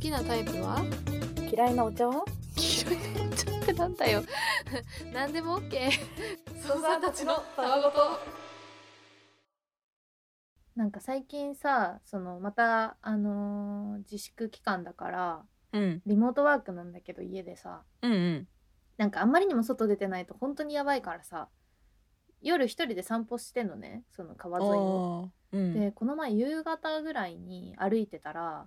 きなタイプは嫌いなお茶は黄色いのちょっとなんだよ何でも OK ソーサーたちのたわごとなんか最近さそのまた、あのー自粛期間だからうんリモートワークなんだけど家でさうんうんなんかあんまりにも外出てないと本当にやばいからさ夜一人で散歩してんのねその川沿いを。ーうんでこの前夕方ぐらいに歩いてたら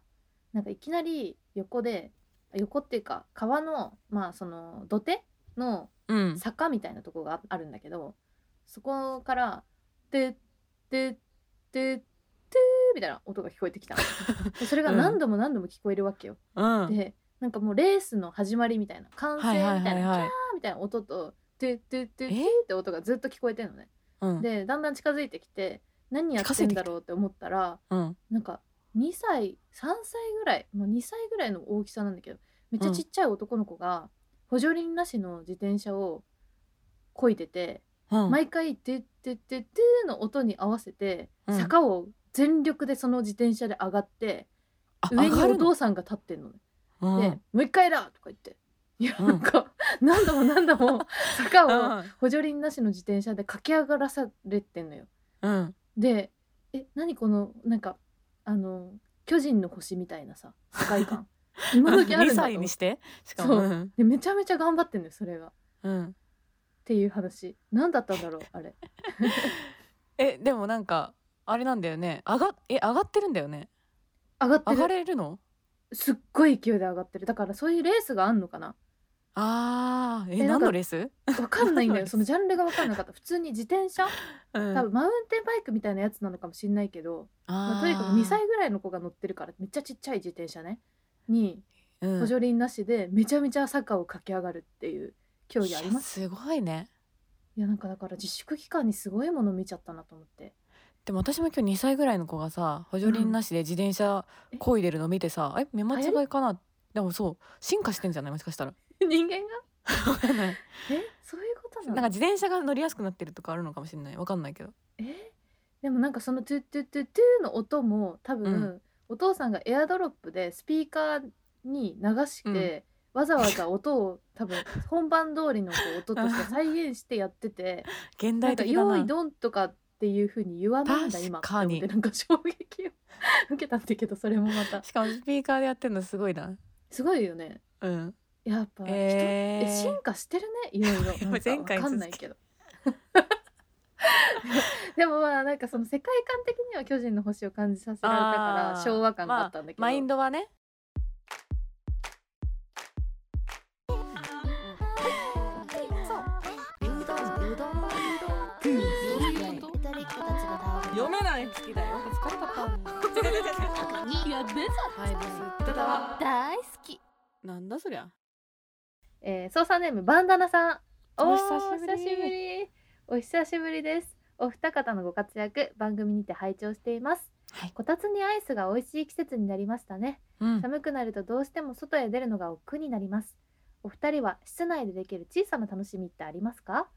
なんかいきなり横で横っていうか川のまあその土手のうん坂みたいなとこがああるんだけどそこから「てってってって」みたいな音が聞こえてきたの でそれが何度も何度も聞こえるわけよ。うんでなんかもうレースの始まりみたいな歓声みたいな「キャーい」みたいな音と「てってってって」って音がずっと聞こえてるのね。うんでだんだん近づいてきて何やってんだろうって思ったらうんなんか2歳3歳ぐらい、まあ、2歳ぐらいの大きさなんだけどめっちゃちっちゃい男の子が補助輪なしの自転車を漕いでて、うん毎回「てってってって」の音に合わせて、うん坂を全力でその自転車で上がってあ上上にがおるの父さんが立ってんのね。うんで「もう一回だ!」とか言って。いやうんなんか何度も何度も坂 うをん補助輪なしの自転車で駆け上がらされてんのよ。うんでえ何このなんかあの巨人の星みたいなさ世界 観今時ある2んだと歳思にっしててしかもそううんでめちゃめちゃ頑張ってんのよそれがっうんていう話何だったんだ ろうあれえでもなんかあれなんだよね上がえ上がってるんだよね上がって上るがれるのすっごい勢いで上がってるだからそういうレースがあんのかなあーええなん何かのレースわかんないんだよわかんないですそのジャンルがわかんなかった普通に自転車うん多分マウンテンバイクみたいなやつなのかもしんないけど、まああーとにかく2歳ぐらいの子が乗ってるからめっちゃちっちゃい自転車ねにうん補助輪なしでめちゃめちゃ坂を駆け上がるっていう競技ありいやますすごいねいやなんかだから自粛期間にすごいもの見ちゃったなと思って でも私も今日2歳ぐらいの子がさ補助輪なしで自転車うんこいでるの見てさ、え目間違いかなでもそう進化してんじゃないもしかしたら人間がわかんない えそういうことななのんか自転車が乗りやすくなってるとかあるのかもしれないわかんないけどえでもなんかそのトゥトゥトゥトゥの音も多分、うんお父さんがエアドロップでスピーカーに流して、わざわざ音を多分本番通りのこう音として再現してやっててな現ん代か「的だな用意ドン」とかっていうふうに言わないんだ今って思って確なんか衝撃を 受けたんだけどそれもまたしかもスピーカーでやってんのすごいなすごいよねうんやっぱ人ええ進化してるねいろ いろやなんか前わ回かんないけど でもまあなんかその世界観的には巨人の星を感じさせられたからあー昭和感があったんだけど、マインドはね読めない好きだよ疲れた大好きなんだそりゃえー、操作ネームバンダナさんおー久しぶりお久しぶりお久しぶりですお二方のご活躍番組にて拝聴しています、はいこたつにアイスが美味しい季節になりましたねうん寒くなるとどうしても外へ出るのが億劫になりますお二人は室内でできる小さな楽しみってありますか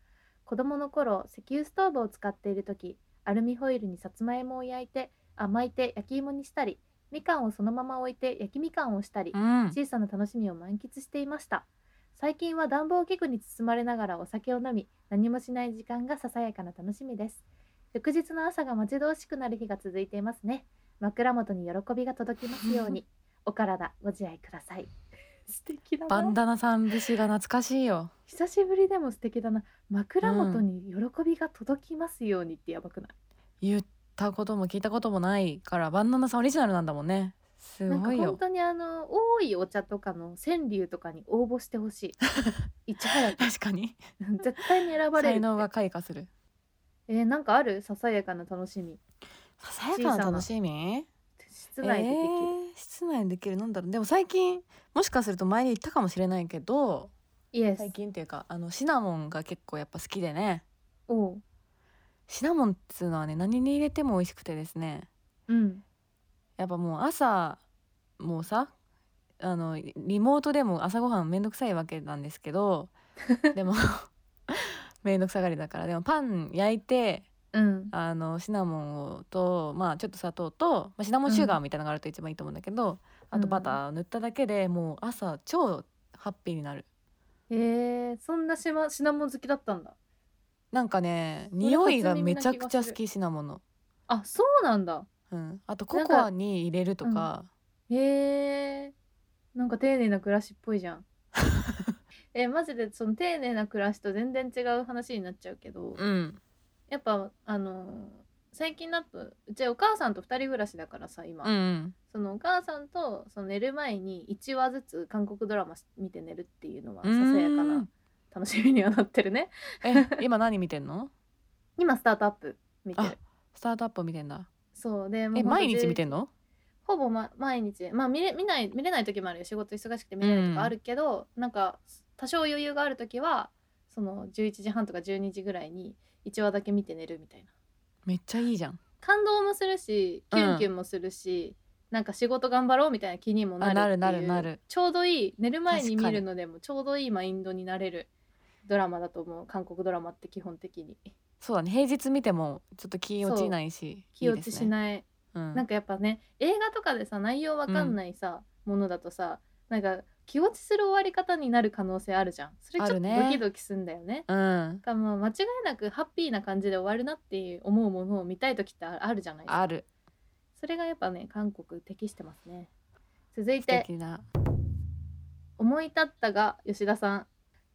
子供の頃石油ストーブを使っている時アルミホイルにさつまいもを焼いてあ巻いて焼き芋にしたりみかんをそのまま置いて焼きみかんをしたりうん小さな楽しみを満喫していました最近は暖房器具に包まれながらお酒を飲み何もしない時間がささやかな楽しみです翌日の朝が待ち遠しくなる日が続いていますね枕元に喜びが届きますよ うにお体ご自愛ください素敵だバンなダナさん節が懐かしいよ久しぶりでも素敵だな枕元に喜びが届きますようにってやばくない、言ったことも聞いたこともないからバンダナさんオリジナルなんだもんねすなんごかい本よ当にあの多いお茶とかの川柳とかに応募してほし いいち早く確かに絶対に選ばれる才能が開花するえー、なんかあるささやかな楽しみささやかな楽しみ室内でできる、えー室内でできるなんだろうでも最近もしかすると前に言ったかもしれないけどイエス最近っていうかあのシナモンが結構やっぱ好きでねおうシナモンっつうのはね何に入れても美味しくてですねうんやっぱもう朝もうさあのリリモートでも朝ごはんめんどくさいわけなんです けどでも めんどくさがりだからでもパン焼いてうんあのシナモンをと、まあ、ちょっと砂糖と、まあ、シナモンシュガーみたいなのがあると一番いいと思うんだけど、あとバター塗っただけでもう朝超ハッピーになるえー、そんなし、ま、シナモン好きだったんだなんかねれ匂いが初耳めなちゃ気がくちゃす好るきシナモンの、あそうなんだうん、あとココアに入れるとかへえなんか丁寧な暮らしっぽいじゃ んえマジでその丁寧な暮らしと全然違う話になっちゃうけど、うんやっぱあのー最近だとうちはお母さんと2人暮らしだからさ今、うんうんそのお母さんとその寝る前に1話ずつ韓国ドラマし見て寝るっていうのはさうさーんやかな楽しみにはなってるねえ今何見てんの今スタートアップ見てるあスタートアップ見てんだそうでもうえほんと毎日11見てんのほぼ、ま、毎日まあ見れ見ない見れない時もあるよ仕事忙しくて見れないとかあるけど、なんか多少余裕がある時はその11時半とか12時ぐらいに1話だけ見て寝るみたいなめっちゃいいじゃん感動もするしうキんュンキュンもするし、なんか仕事頑張ろうみたいな気にもなるっていうあなるなるなるちょうどいい寝る前に確か見にるのでもちょうどいいマインドになれるドラマだと思う韓国ドラマって基本的にそうだね平日見てもちょっと気落ちないし気落ちしいないいですね、うん、なんかやっぱね映画とかでさ内容わかんないさ、ものだとさなんか気落ちする終わり方になる可能性あるじゃんそれちょっあとるねドキドキすんだよねうんだからまあ間違いなくハッピーな感じで終わるなっていう思うものを見たい時ってあるじゃないですかあるそれがやっぱね韓国適してますね続い素て敵な思い立ったが吉田さん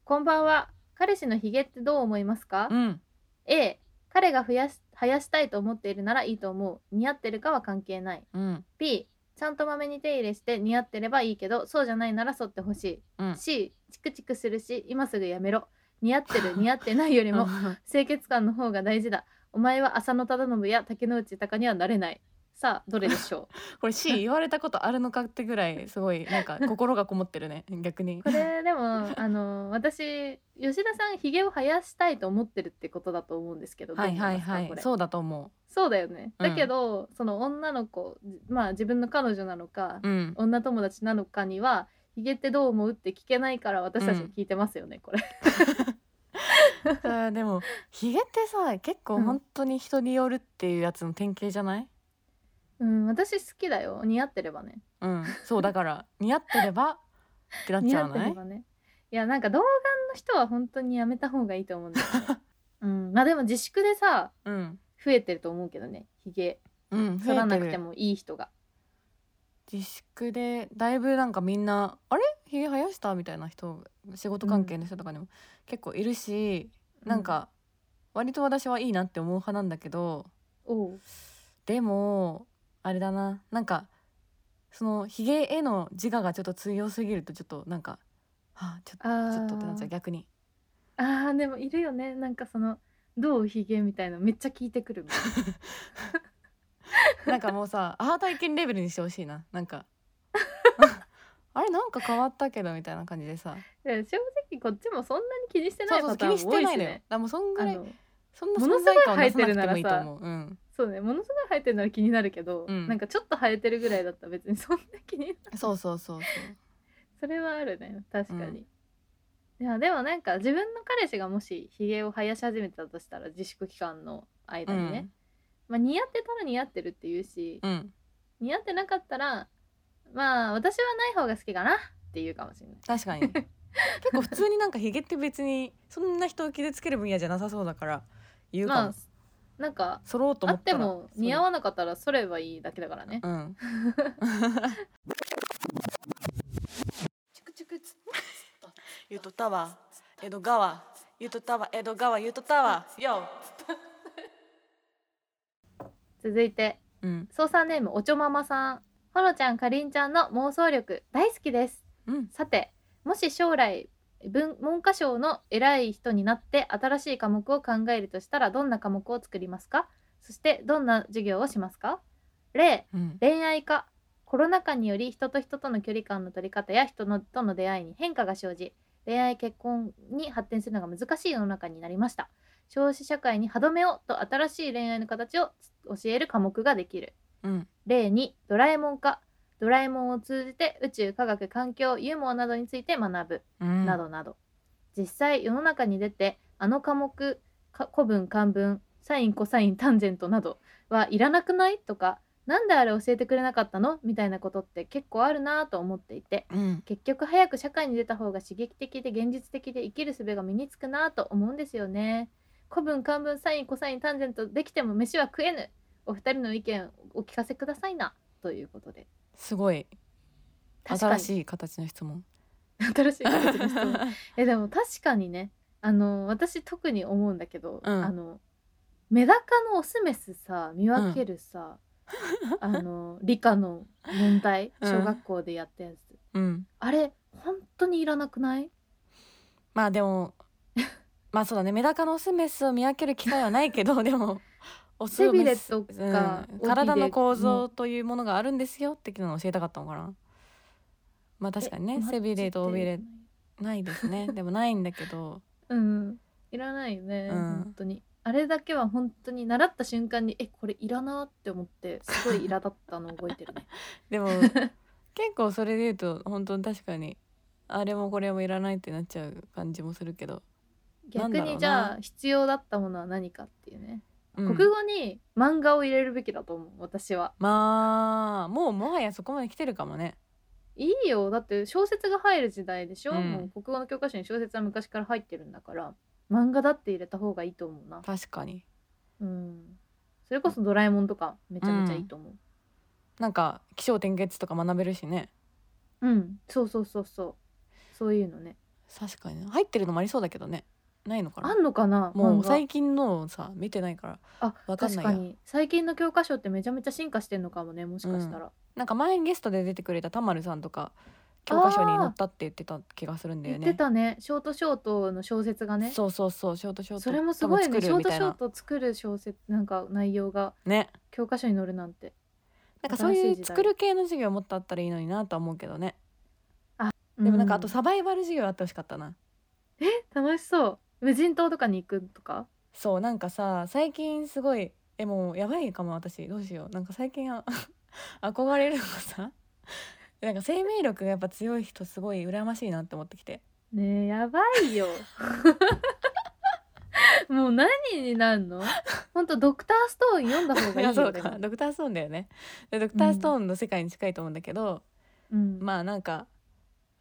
こんばんは彼氏のヒゲってどう思いますか、うん A 彼が増やし生やしたいと思っているならいいと思う似合ってるかは関係ないうん B ちゃんとまめに手入れして似合ってればいいけどそうじゃないなら剃ってほしい、うん C チクチクするし今すぐやめろ似合って る似合ってないよりも清潔感の方が大事だお前は浅野忠信や竹野内豊にはなれないさあどれでしょ これ C 言われたことあるのかってぐらいすごいなん か心がこもってるね逆にうこれでもあの私吉田さんひげを生やしたいと思ってるってことだと思うんですけどどう は思いはいますかはいこれそうだと思そうだよね、うんだけどその女の子まあ自分の彼女なのかううん女友達なのかには「ヒゲってどう思う?」って聞けないから私たち聞いてますよね、これ。 あーでもヒゲってさ結構うん本当に人によるっていうやつの典型じゃないうん私好きだよ似合ってればね。 うんそうだから似合ってればってなっ似ちゃ合うっのてれねばね。いやなんか童顔の人は本当にやめた方がいいと思うんだよ ね。うん、まあでも自粛でさうん増えてると思うけどねヒゲうん剃らな増くえてもいい人が。自粛でだいぶなんかみんなあれひげ生やしたみたいな人仕事関係の人とかにも結構いるし、なんか割と私はいいなって思う派なんだけどうん、おうでもあれだななんかそのひげへの自我がちょっと強すぎるとちょっとなんかはあちょっとあーちょっとってなっちゃう逆にあーでもいるよねなんかその「どうヒゲ?」みたいなめっちゃ聞いてくるみたいななんかもうさ アハ体験レベルにしてほしいなな んかあれなんか変わったけどみたいな感じでさで正直こっちもそんなに気にしてそなういそうそパタうー気ンにし多ていないしのよだね。からもうそんぐあらいのそんなものす存ごい在感を出さなくてもいいと思う、うん、そうねものすごい生えてるのは気になるけど、うんなんかちょっと生えてるぐらいだったら別にそんな気になそうそうそうそうそれはあるね確かに、いやでもなんか自分の彼氏がもしひげを生やし始めたとしたら自粛期間の間にね、まあ、似合ってたら似合ってるって言うし、うん、うん、似合ってなかったらまあ私はない方が好きかなっていうかもしれない確かに結構普通になんかヒゲって別にそんな人を傷つける分野じゃなさそうだから言うかも、まあなんか揃おうとあ思っってたらも似合わなかったらそればいいだけだからねうんゆとたわ江戸川ゆとたわ江戸川ゆとたわよ続いてうん操作ネームおちょままさんほのちゃんかりんちゃんの妄想力大好きですうんさてもし将来文文科省の偉い人になって新しい科目を考えるとしたらどんな科目を作りますかそしてどんな授業をしますか例うん恋愛科コロナ禍により人と人との距離感の取り方や人のとの出会いに変化が生じ恋愛結婚に発展するのが難しい世の中になりました少子社会に歯止めをと新しい恋愛の形を教える科目ができるうん例にドラえもんかドラえもんを通じて宇宙科学環境ユーモアなどについて学ぶうんなどなど、実際世の中に出てあの科目か古文漢文サインコサインタンジェントなどはいらなくないとかなんであれ教えてくれなかったのみたいなことって結構あるなぁと思っていてうん結局早く社会に出た方が刺激的で現実的で生きる術が身につくなぁと思うんですよね古文漢文サインコサインタンジェントできても飯は食えぬお二人の意見お聞かせくださいなということですごい確か新にしい形の質問新しい形の質問 えでも確かにねあの私特に思うんだけど、うんあのメダカのオスメスさ見分けるさ、あの理科の問題うん小学校でやったやつ、うんあれ本当にいらなくないまあでもまあそうだねメダカのオスメスを見分ける機会はないけどでもオス背びれメスとか、うん尾びれ体の構造もというものがあるんですよってのを教えたかったのかなまあ確かにえね背びれと尾びれ待ないですねでもないんだけどってうんいらないよね、うん本当にあれだけは本当に習った瞬間にえこれいらなって思ってすごい苛立ったの覚えてるねで も結構それで言うと本当に確かにあれもこれもいらないってなっちゃう感じもするけど、 なん逆だろうなにじゃあ必要だったものは何かっていうねうん国語に漫画を入れるべきだと思う私はまあもうもはやそこまで来てるかもねいいよだって小説が入る時代でしょ、うんもう国語の教科書に小説は昔から入ってるんだから漫画だって入れた方がいいと思うな確かにうんそれこそドラえもんとかめちゃめちゃいいと思うなんか気象転結とか学べるしねうん、そうそうそうそうそういうのね確かにね入ってるのもありそうだけどねないのかあなんのかなも漫う画最近のをさ見てないからあわかん確ないやかに最近の教科書ってめちゃめちゃ進化してんのかもねもしかしたら、なんか前にゲストで出てくれたたまるさんとか教科書に載ったって言ってた気がするんだよ言っねてたねショートショートの小説がねそうそうそうショートショートそれもすごいねシ多ョー分ト作シるみたいョーなト作る小説なんか内容がね教科書に載るなんてなんかそうい新しい時代う作る系の授業もっとあったらいいのになとは思うけどねででもなんかあとサバイバル授業あってほしかったな楽しそう無人島とかに行くとかそうなんかさ最近すごいえもうやばいかも私どうしようなんか最近あ 憧れるのがさなんか生命力がやっぱ強い人すごい羨ましいなって思ってきてねえやばい よもう何になんのほんとドクターストーン読んだ方がいいよ いやそうでかもドクターストーンだよねでドクターストーンの世界に近いと思うんだけど、うんまあなんか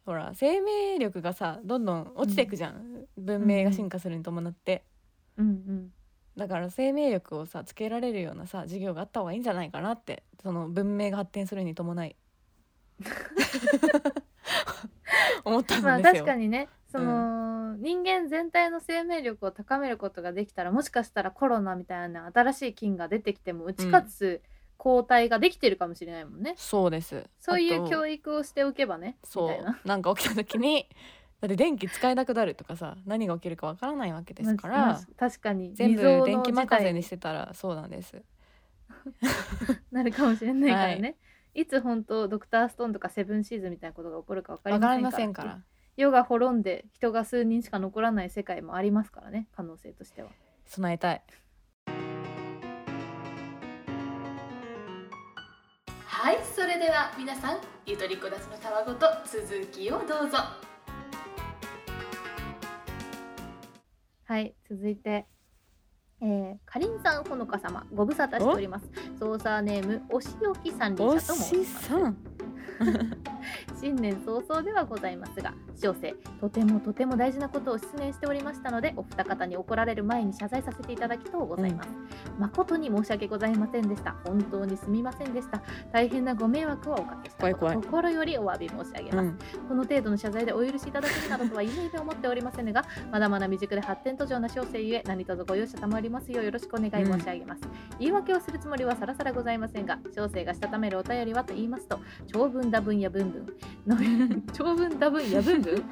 ほら生命力がさどんどん落ちていくじゃん、文明が進化するに伴って、うんうんだから生命力をさつけられるようなさ授業があった方がいいんじゃないかなってその文明が発展するに伴い思ったまあんです確よ、かにねその、人間全体の生命力を高めることができたらもしかしたらコロナみたいな新しい菌が出てきても打ち勝つ抗体ができてるかもしれないもんね、そうですそういあうと教育をしておけばねみそたいなうなんか起きた時にだって電気使えなくなるとかさ何が起きるかわからないわけですかまあらまあ確かに全部未曾有の電気任事せ態にしてたらそうなんですなるかもしれないからね、、はいつ本当ドクターストーンとかセブンシーズンみたいなことが起こるか分かりわかりまませせんんかからら世が滅んで人が数人しか残らない世界もありますからね可能性としては備えたいはいそれでは皆さんゆとりこだちのたわごと続きをどうぞはい続いてえー、かりんさんほのか様ご無沙汰しております操作ネームおしおきさんりんおさんと申ししますさん新年早々ではございますが小生とてもとても大事なことを失念しておりましたのでお二方に怒られる前に謝罪させていただきとうございます、誠に申し訳ございませんでした本当にすみませんでした大変なご迷惑はおかけしたこと怖い怖い心よりお詫び申し上げます、うんこの程度の謝罪でお許しいただけるなどとは夢々思っておりませんが、まだまだ未熟で発展途上な小生ゆえ、何卒ご容赦賜りますようよろしくお願い申し上げます。言い訳をするつもりはさらさらございませんが、小生がしたためるお便りはと言いますと、長文だ文や文文の長文だ文や文文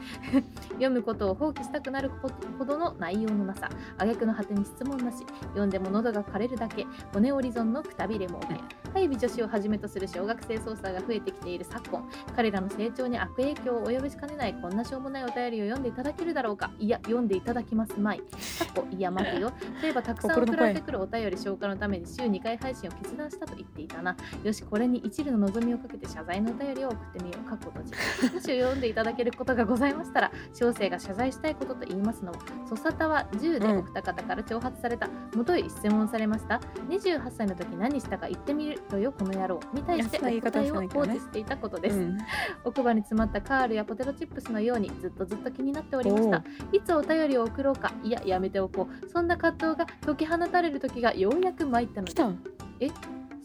読むことを放棄したくなるほどの内容のなさ、挙句の果てに質問なし、読んでも喉が枯れるだけ、骨折り損のくたびれもおめ配備女子をはじめとする小学生捜査が増えてきている昨今、彼らの成長に悪影響を及ぼしかねないこんなしょうもないお便りを読んでいただけるだろうかいや読んでいただきますまいかっこいや待てよ例えばたくさん心送の声られてくるお便り消化のために週2回配信を決断したと言っていたなよしこれに一縷の望みをかけて謝罪のお便りを送ってみようかっこ閉じもし読んでいただけることがございましたら小生が謝罪したいことと言いますのはそさたは10でお二方から挑発された、もとい質問されました28歳の時何したか言ってみるどうよこの野郎に対してそんな言い方はしおない答えをけど放ね置していたこと です、うん奥歯に詰まったカールやポテトチップスのようにずっとずっと気になっておりましおたういつお便りを送ろうかいややめておこうそんな葛藤が解き放たれる時がようやく参ったので来た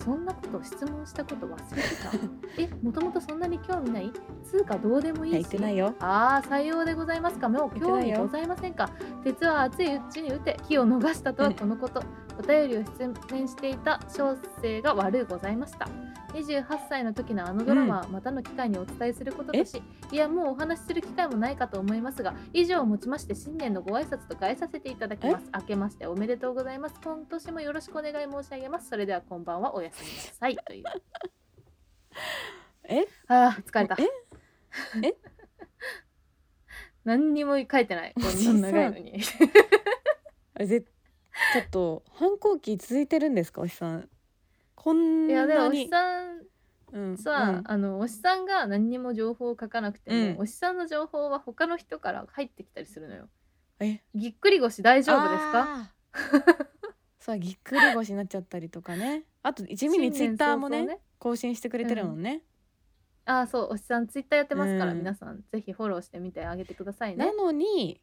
そんなこと質問したこと忘れてたえもともとそんなに興味ないつうかどうでもいいし言ってないよああ、採用でございますか。もう興味ございませんか。鉄は熱いうちに打て、火を逃したとはこのこと。お便りを出演していた小生が悪うございました。28歳の時のあのドラマはまたの機会にお伝えすることとし、いやもうお話しする機会もないかと思いますが以上をもちまして新年のご挨拶と変えさせていただきます明けましておめでとうございます今年もよろしくお願い申し上げますそれではこんばんはおやすみなさいというえあー疲れたえ 何にも書いてないこんな長いのにあれぜちょっと反抗期続いてるんですかおじさんこんいやでもなおにじさんうんさ、うんあのおじさんが何にも情報を書かなくても、うんおじさんの情報は他の人から入ってきたりするのよえぎっくり腰大丈夫ですかあー そうぎっくり腰になっちゃったりとかねあと地味にツイッターもね新年早々更新してくれてるもんね、あーそうおじさんツイッターやってますから、うん皆さんぜひフォローしてみてあげてくださいねなのに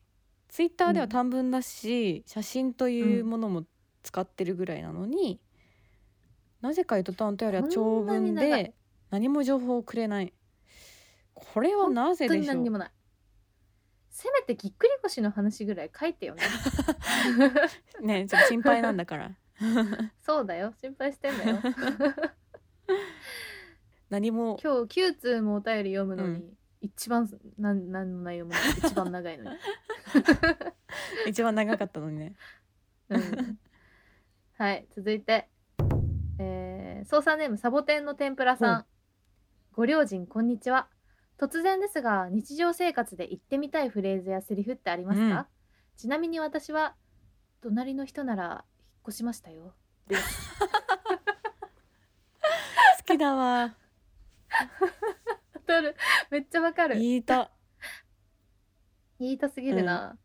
ツイッターでは短文だし、写真というものも使ってるぐらいなのに、なぜかゆとたんとよりは長こんなに文長いで何も情報をくれないこれはなぜ本当でにしょ何にうもないせめてぎっくり腰の話ぐらい書いて よね ねちょっと心配なんだからそうだよ心配してんだよ何も今日9通もお便り読むのに、う一番なんなんの内 容もない一番長いのに、一番長かったのにね うんはい続いてえー、操作ネームサボテンの天ぷらさん、うんご両親こんにちは突然ですが日常生活で言ってみたいフレーズやセリフってありますか、うんちなみに私は隣の人なら引っ越しましたよ 好きだわ当たるめっちゃわかる言いた言いたすぎるな、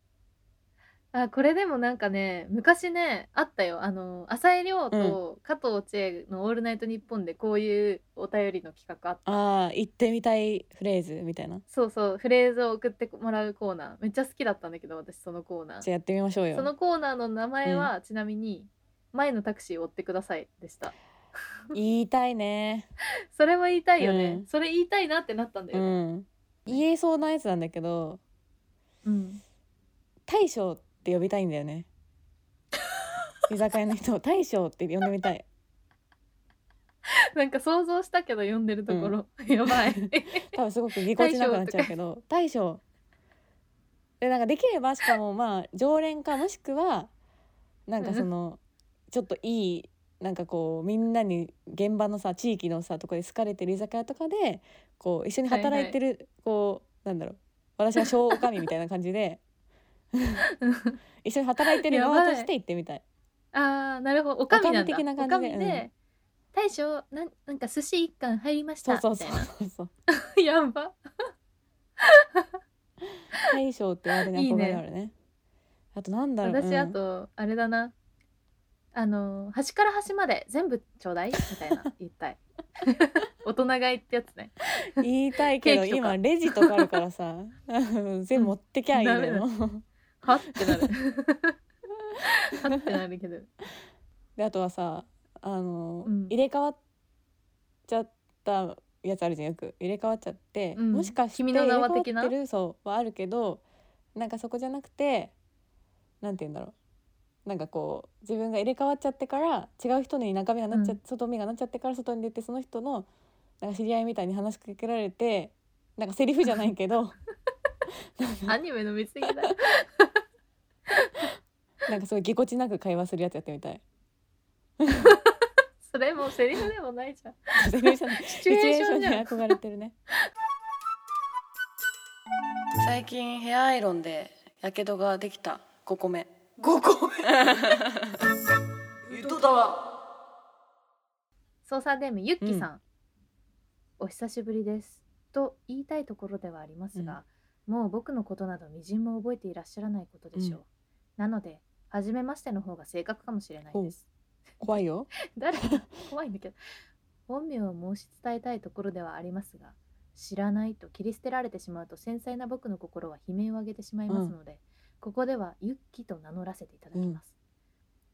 あこれでもなんかね昔ねあったよあの浅井亮と加藤千恵の「オールナイトニッポン」でこういうお便りの企画あった、あー言ってみたいフレーズみたいなそうそうフレーズを送ってもらうコーナーめっちゃ好きだったんだけど私そのコーナじーゃあやってみましょうよそのコーナーの名前は、ちなみに「前のタクシーを追ってください」でした言いたいねそれも言いたいよね、うんそれ言いたいなってなったんだうよねん言えそうなやつなんだけどうん、大将って呼びたいんだよ ね居酒屋の人を大将って呼んでみたいなんか想像したけど読んでるところ、 やばい 多分すごくぎこちなくなっちゃうけど大将でなんかできればしかもまあ常連かもしくはなんかそのちょっといいなんかこうみんなに現場のさ地域のさとこで好かれてる居酒屋とかでこう一緒に働いてる、こうなんだろう私は小女将みたいな感じ で一緒に働いてる側として行ってみたい。あーなるほどおかみなんだ女将的な感じでおかみで、大将なんなんか寿司一貫入りましそたうそうそうみたいそうそう。な やば大将ってあれに憧れあるねあとなんだろう私うんあとあれだなあの端から端まで全部ちょうだいみた いな言い たい大人買いってやつね 言いたいけケどーキとか今レジとかあるからさ 全部持ってきゃいいのよはってなるはってなるけど であとはさあの、うん入れ替わっちゃったやつあるじゃんよく入れ替わっちゃって、うんもしかして君の名は入れ替わ的なってるそうはあるけどなんかそこじゃなくてなんて言うんだろうなんかこう自分が入れ替わっちゃってから違う人に中身がなっちゃ、うん外身がなっちゃってから外に出てその人のなんか知り合いみたいに話しかけられてなんかセリフじゃないけどアニメの見過ぎだ なんかそういうぎこちなく会話するやつやって みたい。それもうセリフでもないじゃんセリフじゃないシチュエーションじゃんシチュエーションに憧れてるね最近ヘアアイロンでやけどができた5個目5個目ゆとたわ操作デームゆっきさん、お久しぶりですと言いたいところではありますが、もう僕のことなどみじんも覚えていらっしゃらないことでしょう、うなので初めましての方が正確かもしれないです 怖いよ誰怖いんだけど本名を申し伝えたいところではありますが知らないと切り捨てられてしまうと繊細な僕の心は悲鳴を上げてしまいますので、ここではユッキと名乗らせていただきます、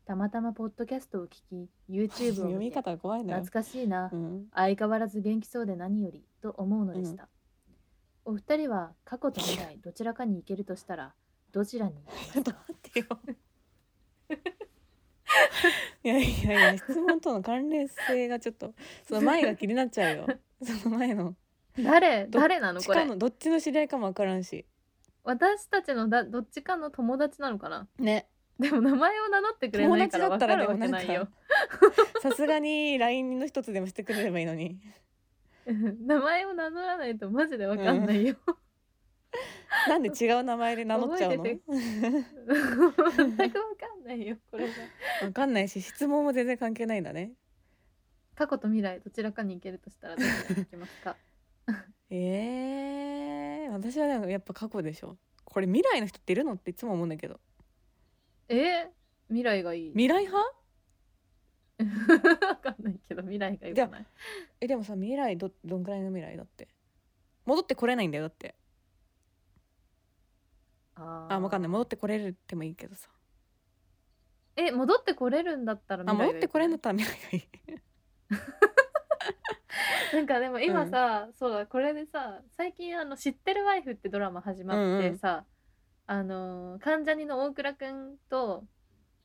たまたまポッドキャストを聞き YouTube 読を見みて方が怖いのよ懐。かしいな、うん、相変わらず元気そうで何よりと思うのでした、お二人は過去と未 来どちらかに行けるとしたらど ちらに行きちまょすっとか待ってよ。 いやいやいや質問との関連性がちょっとその前が気になっちゃ うよ。その前の誰ど誰なのしこかれもどっちの知り合いかもわからんし。私たちのだどっちかの友達なのかなね。でも名前を名乗ってくれ友ない達からだ分ったからるでわもけなんかないよさすがに LINE の一つでもしてくれればいいのに。 名前を名乗らないとマジで分かんないよ、なんで違う名前で名乗っちゃうの覚え全く分かんないよこれが わかんないし質問も全然関係ないんだね。過去と未来どちらかに行けるとしたらどちらに行きます かえー、私はでもやっぱ過去でしょ。これ未来の人っているのっていつも思うんだけど。えー未来がいい未来派 分かんないけど未来がよくないえでもさ未来どどんくらいの未来だって戻ってこれないんだよだってああわかんないい戻ってこれるってもいいけどさえ戻ってこれるんだったらあ未来がよ戻っくないてこれんだったら未来がいいなんかでも今さ、そうだこれでさ最近あの「知ってるワイフ」ってドラマ始まってさ、あのー関ジャニの大倉くんと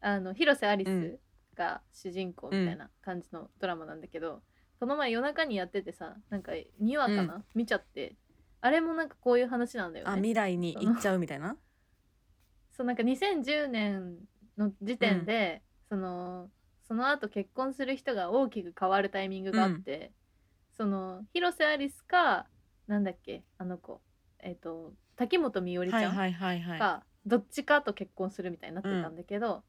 あの広瀬アリスが主人公みたいな感じのドラマなんだけど、この前夜中にやっててさなんか2話かな、見ちゃってあれもなんかこういう話なんだよね。あ未来に行っちゃうみたいなそうなんか2010年の時点で、そのその後結婚する人が大きく変わるタイミングがあって、その広瀬アリスかなんだっけあの子えっ、と滝本美織ちゃんはいか、はいはいはいどっちかと結婚するみたいになってたんだけど、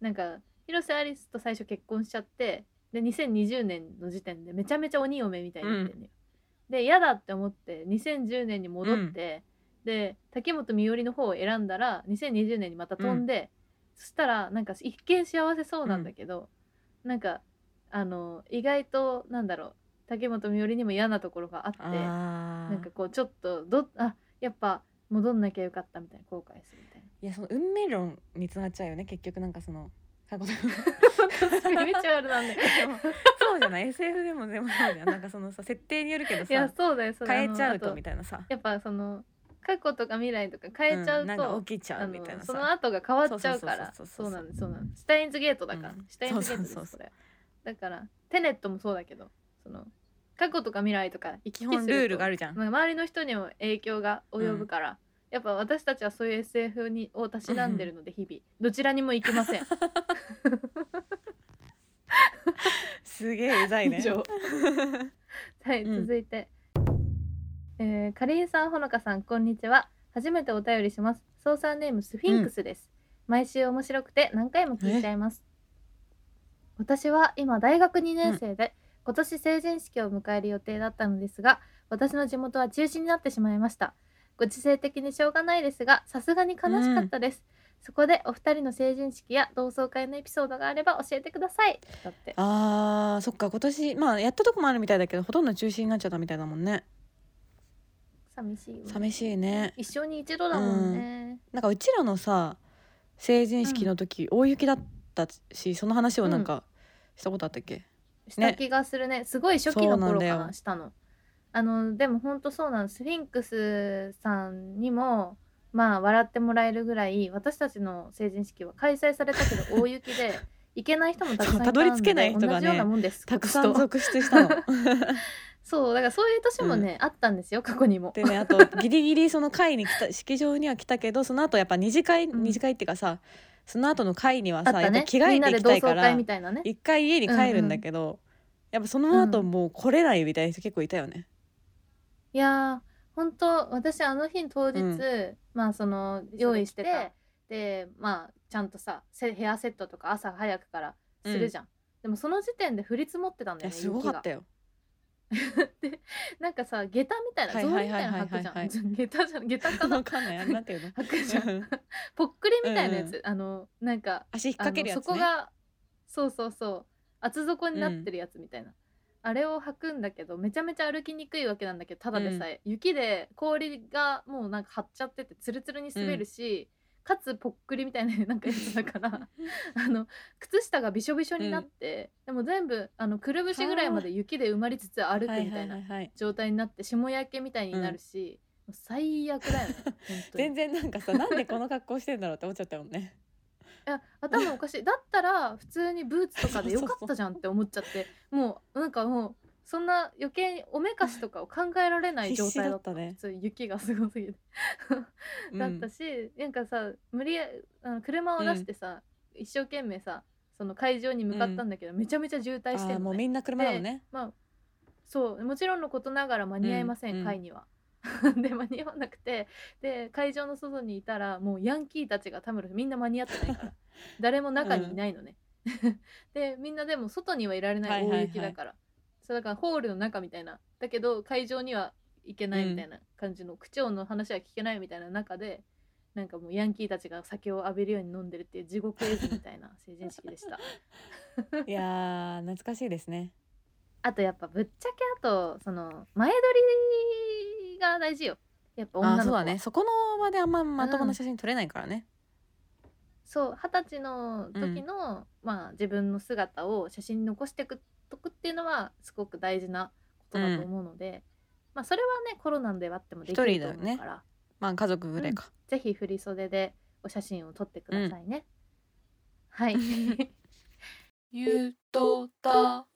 なんか広瀬アリスと最初結婚しちゃってで2020年の時点でめちゃめちゃ鬼嫁みたいになってんのよ。で嫌だって思って2010年に戻って、で竹本美織の方を選んだら2020年にまた飛んで、そしたらなんか一見幸せそうなんだけど、なんかあの意外となんだろう竹本美織にも嫌なところがあって。あなんかこうちょっとどあやっぱ戻んなきゃよかったみたいな後悔するみたいいやその運命論につながっちゃうよね結局なんかその過去のな スピリチュアルなんででも そうじゃない SF でもでもそうじゃんなんかそのさ設定によるけどいやさそうだよそうだよ変えちゃうあとのみたいなさあやっぱその過去とか未来とか変えちゃうと、んなんか起きちゃあうみたいのなそのさ後が変わっちゃうからそうそそうそうそうそううなんですそうなんですシュタインズゲートだから、うんシュタインズゲートですそうそうこれだからテネットもそうだけどその過去とか未来とか行き基来す本ルールとがあるじゃん まあ、周りの人にも影響が及ぶから、やっぱ私たちはそういう SF にをたしなんでるので日々どちらにも行きませんすげえうざいね以 上はいうん続いて、えーかりんさんほのかさんこんにちは初めてお便りします操作ネームスフィンクスです、毎週面白くて何回も聞いちゃいます私は今大学2年生で、今年成人式を迎える予定だったのですが私の地元は中止になってしまいましたご時世的にしょうがないですがさすがに悲しかったです、そこでお二人の成人式や同窓会のエピソードがあれば教えてくださいだってあーそっか今年まあやったとこもあるみたいだけどほとんど中止になっちゃったみたいだもんね寂しいわ寂しいね一生に一度だもんね、なんかうちらのさ成人式の時、大雪だったしその話をなんかしたことあったっけ、した気がするねすごい初期の頃かそうなんだなよしたのあのでもほんとそうなのスフィンクスさんにもまあ笑ってもらえるぐらい私たちの成人式は開催されたけど大雪 で行けない人もたくさんいたんでそうたどり着けない人がね同じようなもんですたくさ今ん年と続出したの そうだからそういう年もね、あったんですよ過去にもでねあとギリギリその会に来た式場には来たけどその後やっぱ二次会、うん二次会っていうかさその後の会にはあっさ、たやっぱね着替みえんなてで行き同たい窓か会らみたいなね一回家に帰るんだけど、やっぱその後うんもう来れないみたいな人結構いたよね、いやー本当私あの日の当日、うんまあその用意してそれた着でまあちゃんとさせヘアセットとか朝早くからするじゃん、でもその時点で降り積もってたんだいよやねすごかったよよ なんかさ下駄みたいはないゾーはンいみはたいいなはの履くじゃいはいんじゃん 下駄じゃん下駄かな わかんないあれなん ていうの履くじゃん足ぽっくりみたいなやつ、あのなんか引っ掛けるやつ、あのそね、こがそうそうそう厚底になってるやつみたいな、あれを履くんだけどめちゃめちゃ歩きにくいわけなんだけどただでさえ、雪で氷がもうなんか張っちゃっててツルツルに滑るし、かつぽっくりみたいななんかやつだから あの靴下がびしょびしょになって、でも全部あのくるぶしぐらいまで雪で埋まりつつ歩くみたはいいな、はいはいはい状態になって霜焼けみたいになるし、もう最悪だよね本 当に全然なんかさなんでこの格好してんだろうって思っちゃったもんねいや頭おかしいだったら普通にブーツとかでよかったじゃんって思っちゃってもうなんかもうそんな余計におめかしとかを考えられない状態だった必死だったね普通に雪がすごすぎてだったし、し、なんかさ無理やあの車を出してさ、一生懸命さその会場に向かったんだけど、めちゃめちゃ渋うん、滞あしてーんのもうねみんな車だもんねまあそうもちろんのことながら間に合いません、うんうん会には。 で間に合わなくてで会場の外にいたらもうヤンキーたちがたむろみんな間に合って ないから誰も中にいないのね。 でみんなでも外にはいられなはいいはいはい大雪だから、そうだからホールの中みたいなだけど会場には行けないみたいな感じの、区長の話は聞けないみたいな中でなんかもうヤンキーたちが酒を浴びるように飲んでるっていう地獄絵図みたいな成人式でした。いやー懐かしいですねあとやっぱぶっちゃけあとその前撮りが大事よやっぱあ 女ーのそ子はうだねそこの場であんままともな写真撮れないからね、そう二十歳の時の、まあ自分の姿を写真に残してくとくっていうのはすごく大事なことだと思うので、まあそれはねコロナではあってもでき一人るだとよ思ねうから、まあ家族ぐらいか、ぜひ振り袖でお写真を撮ってくださいね、はいゆとた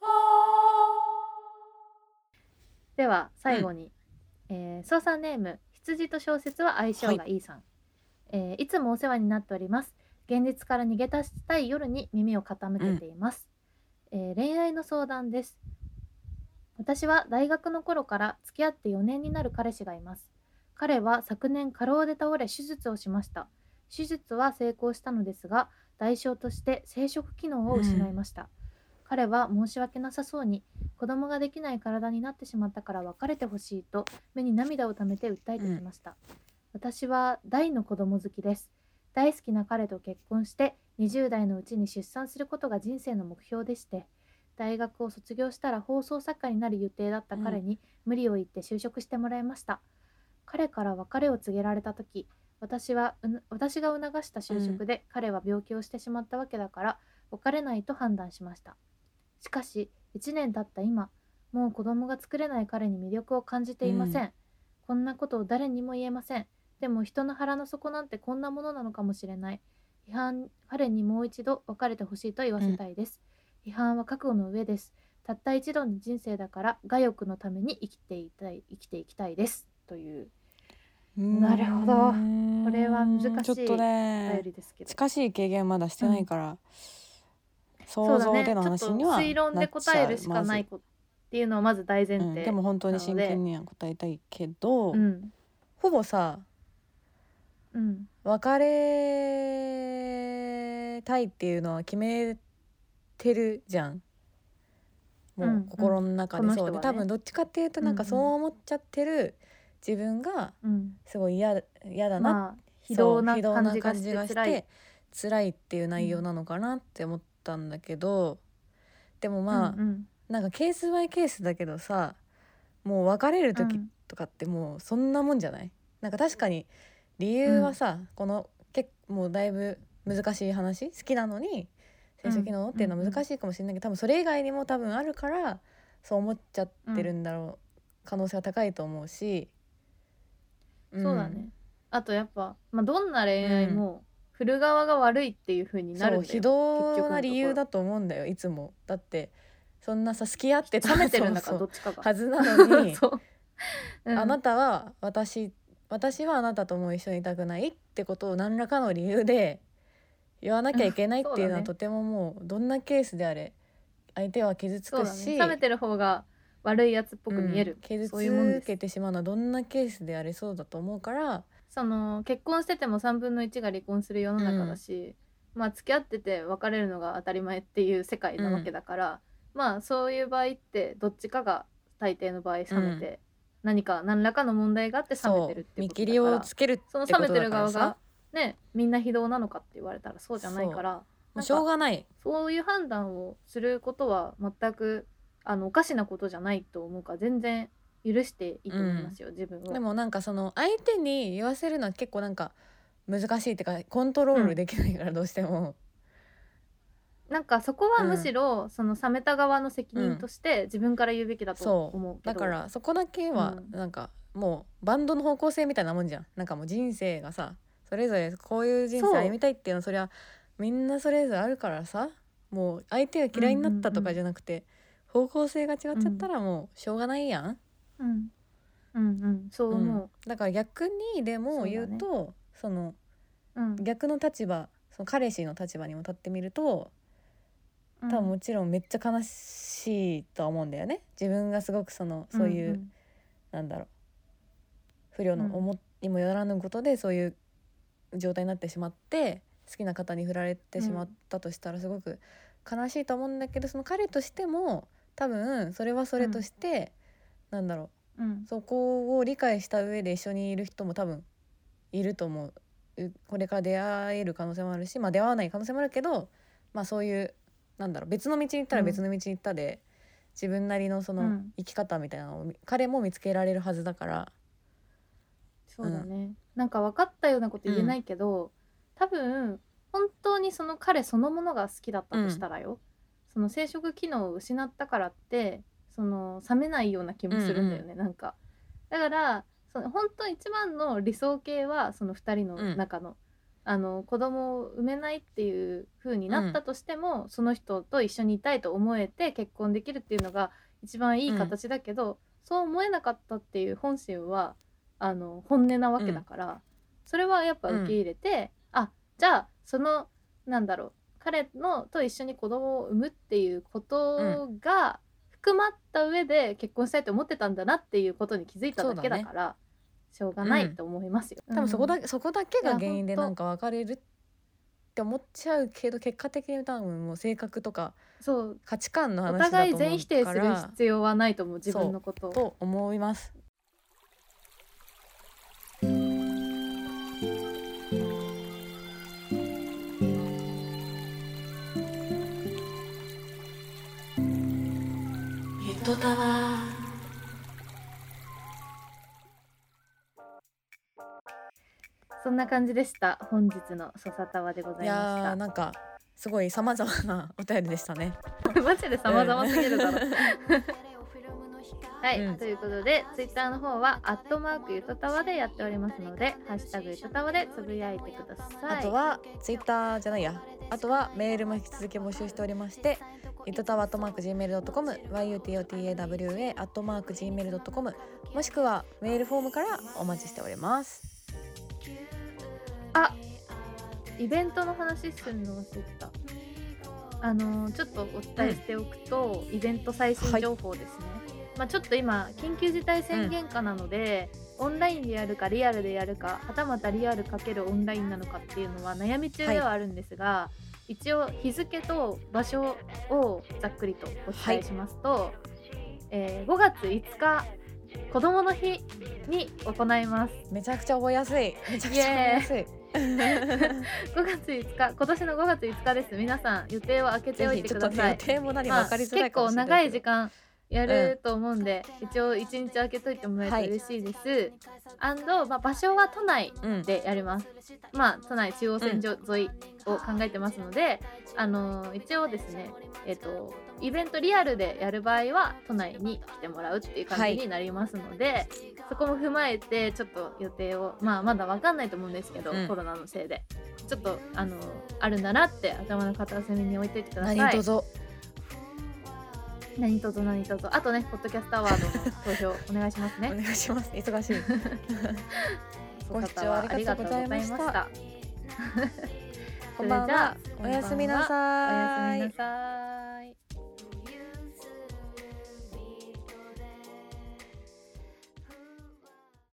では最後に、えー操作ネーム羊と小説は相性がいいさん、えーいつもお世話になっております現実から逃げ出したい夜に耳を傾けています、えー恋愛の相談です私は大学の頃から付き合って4年になる彼氏がいます彼は昨年過労で倒れ手術をしました手術は成功したのですが代償として生殖機能を失いました、彼は申し訳なさそうに子供ができない体になってしまったから別れてほしいと目に涙をためて訴えてきました、私は大の子供好きです大好きな彼と結婚して20代のうちに出産することが人生の目標でして大学を卒業したら放送作家になる予定だった彼に無理を言って就職してもらいました、彼から別れを告げられた時私はうぬ私が促した就職で彼は病気をしてしまったわけだから別れないと判断しましたしかし1年経った今もう子供が作れない彼に魅力を感じていません、こんなことを誰にも言えませんでも人の腹の底なんてこんなものなのかもしれない批判彼にもう一度別れてほしいと言わせたいです、批判は覚悟の上ですたった一度の人生だから我欲のために生きていたい生きていきたいですというなるほどうーんこれは難しいちょっとお便ねりですけど、近しい経験まだしてないから、そ想うだ像ねでちょのっ話とには推論で答えるしかないこっていうのはまず大前う提、ん、でも本当に真剣には答えたいけど、うんほぼさうん別れたいっていうのは決めてるじゃんもんううん心の中で、この人そはうで、ね多分どっちかっていうとなんかうんうんそう思っちゃってる自分がうんすごい嫌嫌だなっまあ非道なそう感じがし非て道な辛い辛いっていう内容なのかなって思ったんだけど、でもまあ、うんうんなんかケースバイケースだけどさもう別れるう時んとかってもうそんなもんじゃない、なんか確かに理由はさ、この結もうだいぶ難しい話好きなのに生殖機能っていうのは難しいかもしれないけど、多分それ以外にも多分あるからそう思っちゃってるんだろう、可能性は高いと思うし、んそうだねあとやっぱ、まあ、どんな恋愛も振る側が悪いっていう風になるそんうだ非よ道な理由だと思うんだよいつもだってそんなさ好き合ってた冷めてるんだからそどうっちかそがうはずなのに そう、うんあなたは私私はあなたとも一緒にいたくないってことを何らかの理由で言わなきゃいけないっていうのはうんそとてももうどんなケースであれ相手は傷つそうくだねし冷めてる方が悪いやつっぽく見えるうん、傷そういうもんでつけすてしまうのはどんなケースであれそうだと思うからその結婚してても3分の1が離婚する世の中だし、まあ付き合ってて別れるのが当たり前っていう世界なわけだから、まあそういう場合ってどっちかが大抵の場合冷めて、何か何らかの問題があって冷めそてるっうていう見こと切だりかをらつけるってそのことだ冷かめてるら側がさねみんな非道なのかって言われたらそうじゃないからもうしょうがないそういう判断をすることは全くあのおかしなことじゃないと思うから全然許していいと思いますよ、自分を。でもなんかその相手に言わせるのは結構なんか難しいっていうかコントロールできないからどうしても、なんかそこはむしろ、その冷めた側の責任として自分から言うべきだとそ思ううけど、だからそこだけはうんなんかもうバンドの方向性みたいなもんじゃんなんかもう人生がさそれぞれこういう人そう生歩みたいっていうのはそりゃみんなそれぞれあるからさもう相手が嫌いになったとかじゃなくて、方向性が違っちゃったらもうしょうがないやん、うん、うんうんそう思う、だから逆にでも言うとそのうん逆の立場その彼氏の立場にも立ってみると多分もちろんめっちゃ悲しいとは思うんだよね自分がすごくそのそういう、なんだろう不良のうん思いもよらぬことでそういう状態になってしまって好きな方に振られてしまったとしたらすごく悲しいと思うんだけどその彼としても多分それはそれとして、なんだろうんうんうそこを理解した上で一緒にいる人も多分いると思ううこれから出会える可能性もあるし、まあ、出会わない可能性もあるけど、まあ、そういうなんだろう別の道に行ったらうん別の道に行ったで、自分なりのそうのん生き方みたいなのをみ彼も見つけられるはずだから。そうだね、なんか分かったようなこと言えないけど、多分本当にその彼そのものが好きだったとしたらよ、その生殖機能を失ったからってその冷めないような気もするんだよね、なんかだからその本当一番の理想形はその2人の中の、あの子供を産めないっていう風になったとしても、その人と一緒にいたいと思えて結婚できるっていうのが一番いい形だけど、そう思えなかったっていう本心はあの本音なわけだから、それはやっぱ受け入れて、あじゃあそのなんだろう彼のと一緒に子供を産むっていうことが含まった上で結婚したいと思ってたんだなっていうことに気づいただけだからしょうがないと思いますよ。多分そこだ,、けそこだけが原因でいやなんか別れるって思っちゃうけど結果的に多分もう性格とかそう価値観のお話だと思うから互い全否定する必要はないと思う自分のことを。と思います。ゆとたわそんな感じでした本日の「そさたわ」でございいやーまなんかすごいさまざまなお便りでしたね。した。マジで様々すぎるだろ。はい、うんということで、ツイッターの方は、アットマークゆとたわでやっておりますので、ハッシュタグゆとたわでつぶやいてください。あとはツイッターじゃないや。あとはメールも引き続き募集しておりまして、いとたわとマーク gmail.com、yutotawa アットマーク gmail.com もしくはメールフォームからお待ちしております。イベントの話するの忘れてた。あのーちょっとお伝えしておくと、イベント最新情報ですね。まあ、ちょっと今緊急事態宣言下なので、オンラインでやるかリアルでやるかはたまたリアルかけるオンラインなのかっていうのは悩み中ではあるんですが、一応日付と場所をざっくりとお伝えしますと、えー5月5日子どもの日に行います。めちゃくちゃ覚えやすい。めちゃくちゃ覚えやすい。 5月5日今年の5月5日です皆さん予定を空けて ぜおいひてちくょっとださねい予、定も何まかあ、分かり結づらいかも構しれ長ないいけ時ど、間やると思うんで、一応1日空けといてもらえると嬉しいです、アンド、まあ、場所は都内うんでやります、まあ都内中央線上沿いを考えてますので、あの一応ですねえっ、とイベントリアルでやる場合は都内に来てもらうっていう感じになりますので、そこも踏まえてちょっと予定をまあまだわかんないと思うんですけど、うんコロナのせいでちょっとあのあるならって頭の片隅に置いていてください何卒何卒何卒あとねポッドキャストアワードの投票お願いしますおね願いします忙しい ご視聴ありがとうございましたお方はありがとうございましたこんばんはおやすみなおやさすいみなさい